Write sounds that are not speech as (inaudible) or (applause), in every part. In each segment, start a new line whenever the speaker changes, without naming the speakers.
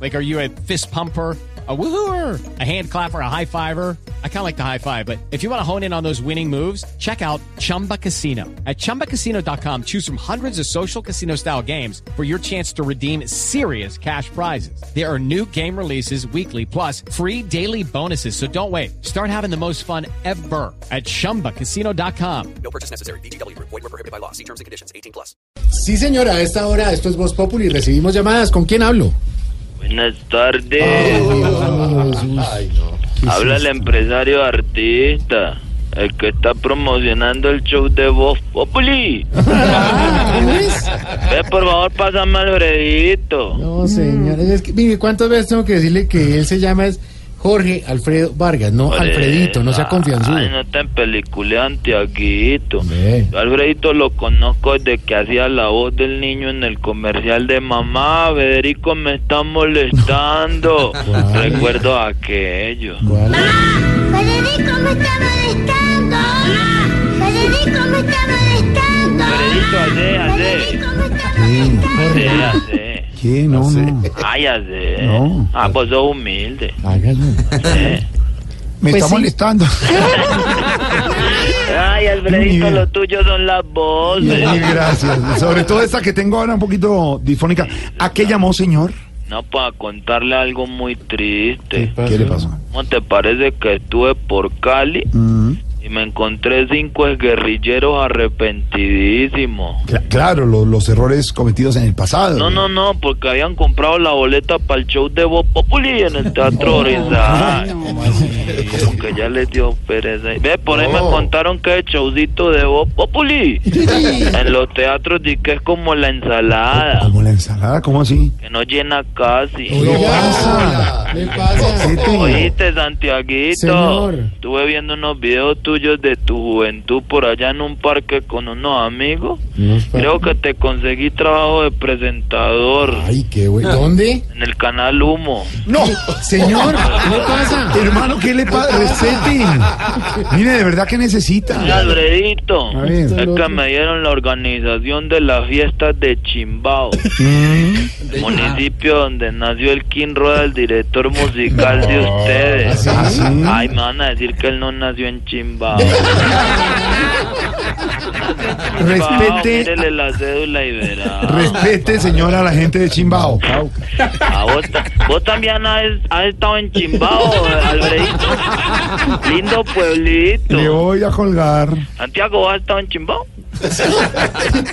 Like, are you a fist pumper? A woohooer, a hand clapper, a high fiver. I kind of like the high five, but if you want to hone in on those winning moves, check out Chumba Casino. At chumbacasino.com, choose from hundreds of social casino style games for your chance to redeem serious cash prizes. There are new game releases weekly, plus free daily bonuses. So don't wait. Start having the most fun ever at chumbacasino.com.
No purchase necessary. BGW. Void were prohibited by law. See terms and conditions. 18 plus.
Sí, señora, a esta hora, esto es Voz Populi, recibimos llamadas. ¿Con quién hablo?
Buenas
Ah,
tardes. Habla el empresario artista, el que está promocionando el show de Voz
(laughs)
Populi. Ve, por favor, pásame al Fredito.
Ah, No, señores, es que, mire, ¿cuántas veces tengo que decirle que él se llama es Jorge Alfredo Vargas, no Alfredito, no sea confianzudo?
ah, Ay, no te peliculeante, Aguito.
Hombre.
Yo a Alfredito lo conozco desde que hacía la voz del niño en el comercial de mamá. Federico me
(laughs)
está molestando.
¿Cuál?
Recuerdo aquello.
¿Cuál?
Federico me está molestando. Federico me está molestando.
Fredito, hace, hace.
Federico me está
¿Quién?
Sí,
Jorge.
hace.
¿Quién? No, no.
Ay, ya sé.
No.
Ah, vos sos humilde.
Hágalo.
¿eh?
Me está molestando.
Ay, Alfredito, lo tuyo son las voces.
(laughs) Mil gracias. Sobre todo esta que tengo ahora un poquito difónica. ¿A qué llamó, señor?
No, para contarle algo muy triste.
¿Qué le pasó?
¿Cómo te parece que estuve por Cali
Mm,
y me encontré cinco guerrilleros arrepentidísimos?
cla- claro, lo- los errores cometidos en el pasado.
No, no, no, porque habían comprado la boleta para el show de Voz Populi en el
Oh.
Teatro Orizal. Como que ya les dio pereza. Ve, por ahí me
No.
contaron que el showcito de Voz Populi en los teatros di que es como la ensalada,
Como la ensalada, ¿cómo así?
que no llena casi.
¿Qué
Ya,
pasa?
¿Qué pasa?
¿Qué tengo?
Oíste, Santiaguito.
Señor.
Estuve viendo unos videos tuyos de tu juventud por allá en un parque con unos amigos. Creo que te conseguí trabajo de presentador
Ay, qué güey. ¿Dónde?
en el canal Humo.
(laughs) No,
Señor, ¿qué pasa? (laughs)
hermano, ¿qué le pasa? Respeten. Mire, de verdad que
Mira,
necesita.
Alfredito,
A ver.
es que me dieron la organización de las fiestas de Chimbao,
Mm,
el municipio donde nació el King Rueda, el director musical de ustedes.
¿ah, sí?
Ay, me van a decir que él no nació en Chimbao. Chimbao,
Respete,
mírele la cédula y verá.
respete, señor, a la gente de Chimbao.
Ah, vos, ta- vos también has, has estado en Chimbao, Alfredito. Lindo
Le
pueblito.
voy a colgar.
Santiago, ¿vos has estado en Chimbao?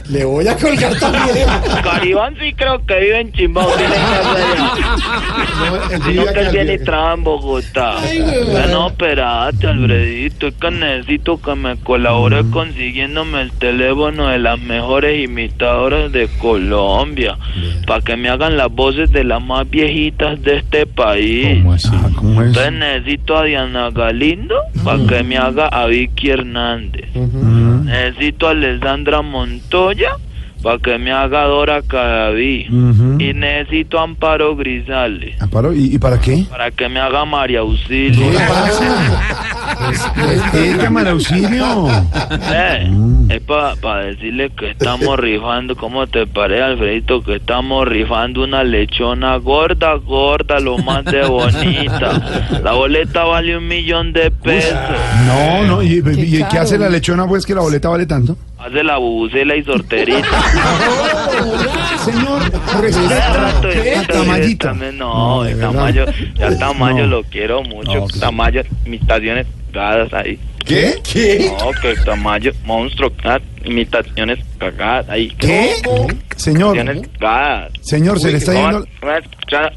Le voy a colgar también.
Caribán sí creo que vive en Chimbao, tiene casa allá. Sino que él viene y trabaja en Bogotá. Ah, no, espérate, Alfredito, es que necesito que me colabore consiguiéndome el teléfono de las mejores imitadoras de Colombia, para que me hagan las voces de las más viejitas de este país.
¿Cómo así? ¿Cómo es?
Entonces necesito a Diana Galindo para que me haga a Vicky Hernández.
Mm,
Necesito a Alessandra Montoya para que me haga a Dora Cadaví.
ujú.
Y necesito a Amparo Grisales
Amparo, ¿y, y para qué?
para que me haga María Auxilio.
¿Qué pasa? Respeta, mal auxilio.
Eh, es para decirle que estamos rifando, ¿cómo te parece, Alfredito? Que estamos rifando una lechona gorda, gorda, lo más de bonita. La boleta vale un millón de pesos.
No, no, ¿y, y- y qué hace la lechona pues que la boleta vale tanto?
Hace la bubucela y sorterita.
Señor,
Ya
respeta
rato de
a
esto
Tamayita.
directamente, No,
de
el
verdad.
Tamayo, ya el Tamayo
No.
lo quiero mucho.
No, que-
Tamayo, imitaciones cagadas ahí.
¿Qué? ¿Qué?
No, que el Tamayo, monstruo, ah, imitaciones cagadas ahí.
¿Qué? Señor,
Imitaciones cagadas.
señor, se le está
¿Cómo?
yendo...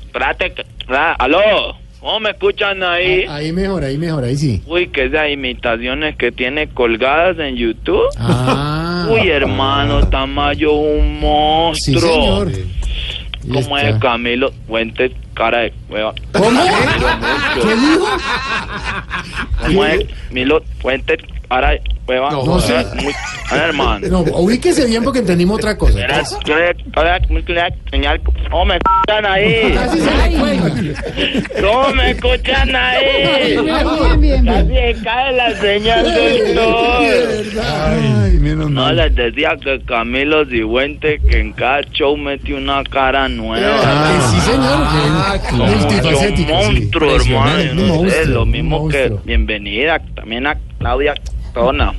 Espérate, que- ah, aló, ¿cómo me escuchan ahí?
Ah,
Ah, Ahí mejor, ahí mejor, ahí sí.
Uy, que esas imitaciones que tiene colgadas en YouTube.
Ah.
Uy, hermano, Tamayo, un
Sí,
monstruo.
señor.
Como
Está.
es Camilo Fuentes, cara de cueva.
¿Cómo? ¿Qué dijo?
Como es Camilo Fuentes, cara de cueva.
No, no sé. (laughs)
Muy- Ah, hermano.
No, ubíquese bien porque entendimos otra cosa.
Era- era- era- muy clara, señal, No me
(laughs)
escuchan ahí.
Casi se le cuelga.
No me escuchan ahí.
(laughs)
Bien, bien, bien.
Casi se cae la señal del sol.
Ay, menos
No
Mm.
mal.
les decía que Camilo Sigüente que en cada show mete una cara nueva.
Ah, sí, señor. que
Como
multifacético,
que un
sí.
monstruo, hermano.
Impresionante,
no
un
sé,
monstruo,
lo
un
mismo
monstruo.
que bienvenida también a Claudia
(laughs)
Tona.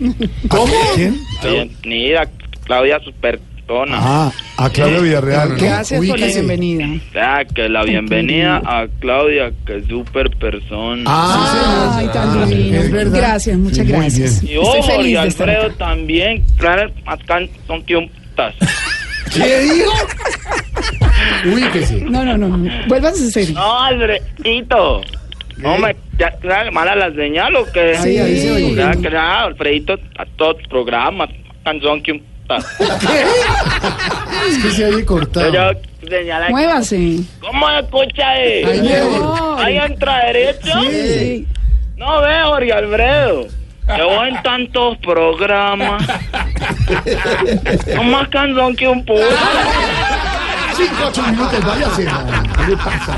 ¿Cómo? ¿Quién?
Bienvenida Claudia Supertona.
Ah, a Claudia Villarreal. ¿no?
Gracias por la
Ubíquese.
bienvenida.
O sea, Ah, que la bienvenida a Claudia, que es super persona.
Ah,
Ay,
sí, señor.
tan divino.
Es verdad.
Gracias, muchas
Muy
gracias.
y ojo,
Estoy
y
feliz de estar
Alfredo
acá.
también, claro, acá son tiumtas.
¿Qué dijo? Ubíquese.
No, no, no, no. Vuélvanse serio.
No, Alfredito. No me ya, ya, mala la señal o qué?
Sí, ahí se oye.
Ya, que ya, Alfredito a todos programas, canción que un
(laughs)
ta.
Es que se oye cortado.
Yo señala-
Muévase.
¿Cómo escucha eh?
Ahí viene.
Ahí entra derecho.
Sí.
No veo, Jorge Alfredo. Que voy en tantos
(laughs)
programas. No más canción que un puto.
Cinco, ocho minutos, váyase. man. ¿Qué le pasa?